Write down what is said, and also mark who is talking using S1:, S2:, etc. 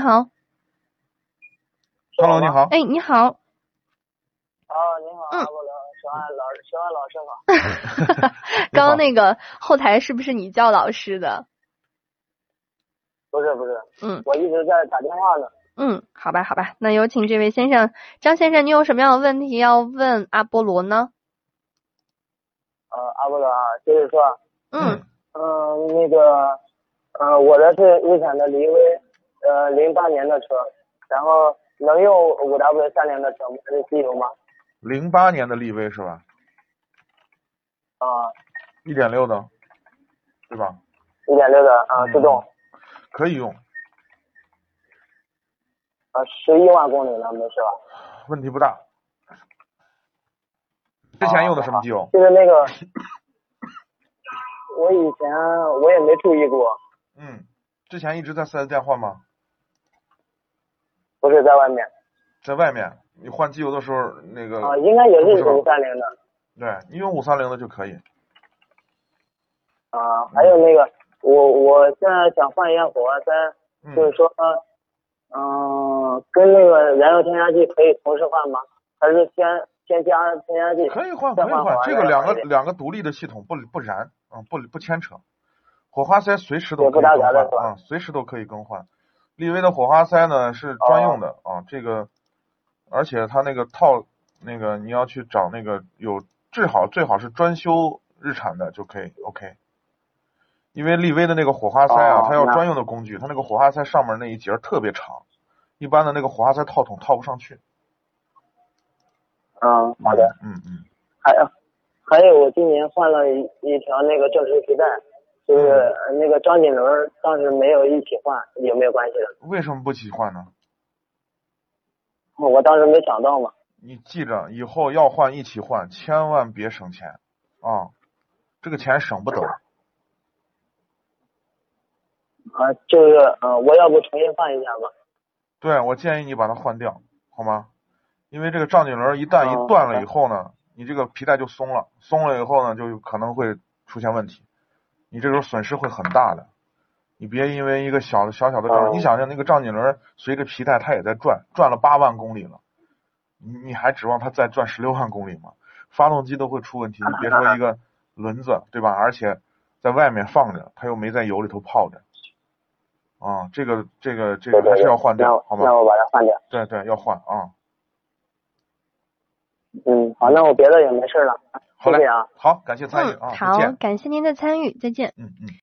S1: 你好，
S2: Hello，你好。
S1: 哎，你好，
S3: 啊，你好，
S1: 嗯
S3: 阿波罗，小爱老师，小爱老师好。
S1: 刚刚那个后台是不是你叫老师的？
S3: 不是不是，
S1: 嗯
S3: 我一直在打电话呢。
S1: 嗯，好吧，好吧，那有请这位先生，张先生，你有什么样的问题要问阿波罗呢？
S3: 呃，阿波罗啊，就是说，
S1: 嗯
S3: 嗯、那个，呃，我的是日产的骊威，呃，零八年的车，然后能用五 W 三零的车吗？是机油吗？
S2: 零八年的力威是吧？
S3: 啊，
S2: 一点六的，对吧？
S3: 一点六的啊，自
S1: 嗯
S3: 动，
S2: 可以用，
S3: 啊，十一万公里了，没事吧？
S2: 问题不大。之前用的什么机油？
S3: 就是那个，我以前我也没注意过，
S2: 嗯，之前一直在四 S 店换吗？
S3: 不是在外面
S2: 在外面，你换机油的时候，那
S1: 嗯
S2: 个、
S3: 啊，应该也
S2: 不
S3: 是
S2: 知道
S3: 五三零的。
S2: 对你用五三零的就可以。
S3: 啊，还有那个，我我现在想换一下火花塞，
S2: 嗯，
S3: 就是说，嗯、跟那个燃油添加剂可以同时换吗？还是先先加添加剂？
S2: 可以换，可
S3: 再
S2: 以
S3: 换
S2: 换
S3: 火花，
S2: 这个
S3: 塞
S2: 两个
S3: 而且
S2: 两个独立的系统，不不燃，嗯，不不牵扯。火花塞随时
S3: 也
S2: 都
S3: 不
S2: 可以
S3: 搭
S2: 更
S3: 嘎
S2: 换
S3: 的是吧
S2: 啊、随时都可以更换。力威的火花塞呢是专用的、
S3: 哦
S2: 啊，这个，而且它那个套那个你要去找那个有最好最好是专修日产的就可以，OK。因为力威的那个火花塞啊，
S3: 哦
S2: 它要
S3: 那
S2: 专用的工具，它那个火花塞上面那一节儿特别长，一般的那个火花塞套筒套不上去。
S3: 嗯，好的。，
S2: 嗯嗯。
S3: 还有还有，我今年换了一一条那个正时皮带，就是
S2: 嗯
S3: 呃那个张锦伦当时没有一起换，有没有关系的？
S2: 为什么不喜欢呢？
S3: 我当时没想到嘛。
S2: 你记着，以后要换一起换，千万别省钱啊！这个钱省不得。
S3: 啊，就是嗯、呃我要不重新换一下吧？
S2: 对，我建议你把它换掉，好吗？因为这个丈锦轮一旦
S3: 哦
S2: 一断了以后呢，你这个皮带就松了，松了以后呢，就有可能会出现问题，你这时候损失会很大的。你别因为一个小小小的
S3: 哦
S2: 状，你想想那个丈锦轮随着皮带它也在转，转了八万公里了，你你还指望它再转十六万公里吗？发动机都会出问题，你别说一个轮子，对吧？而且在外面放着，它又没在油里头泡着，啊、这个这个这个
S3: 对
S2: 还是
S3: 对
S2: 要换
S3: 那
S2: 掉
S3: 我，
S2: 好吗？
S3: 那我把它换掉。
S2: 对对，要换啊、
S3: 嗯，好，那我别的也没事了。
S2: 好嘞
S3: 谢谢啊。
S2: 好，感谢参与
S1: 嗯，
S2: 啊，再
S1: 好，
S2: 见。
S1: 感谢您的参与，再见。
S2: 嗯嗯。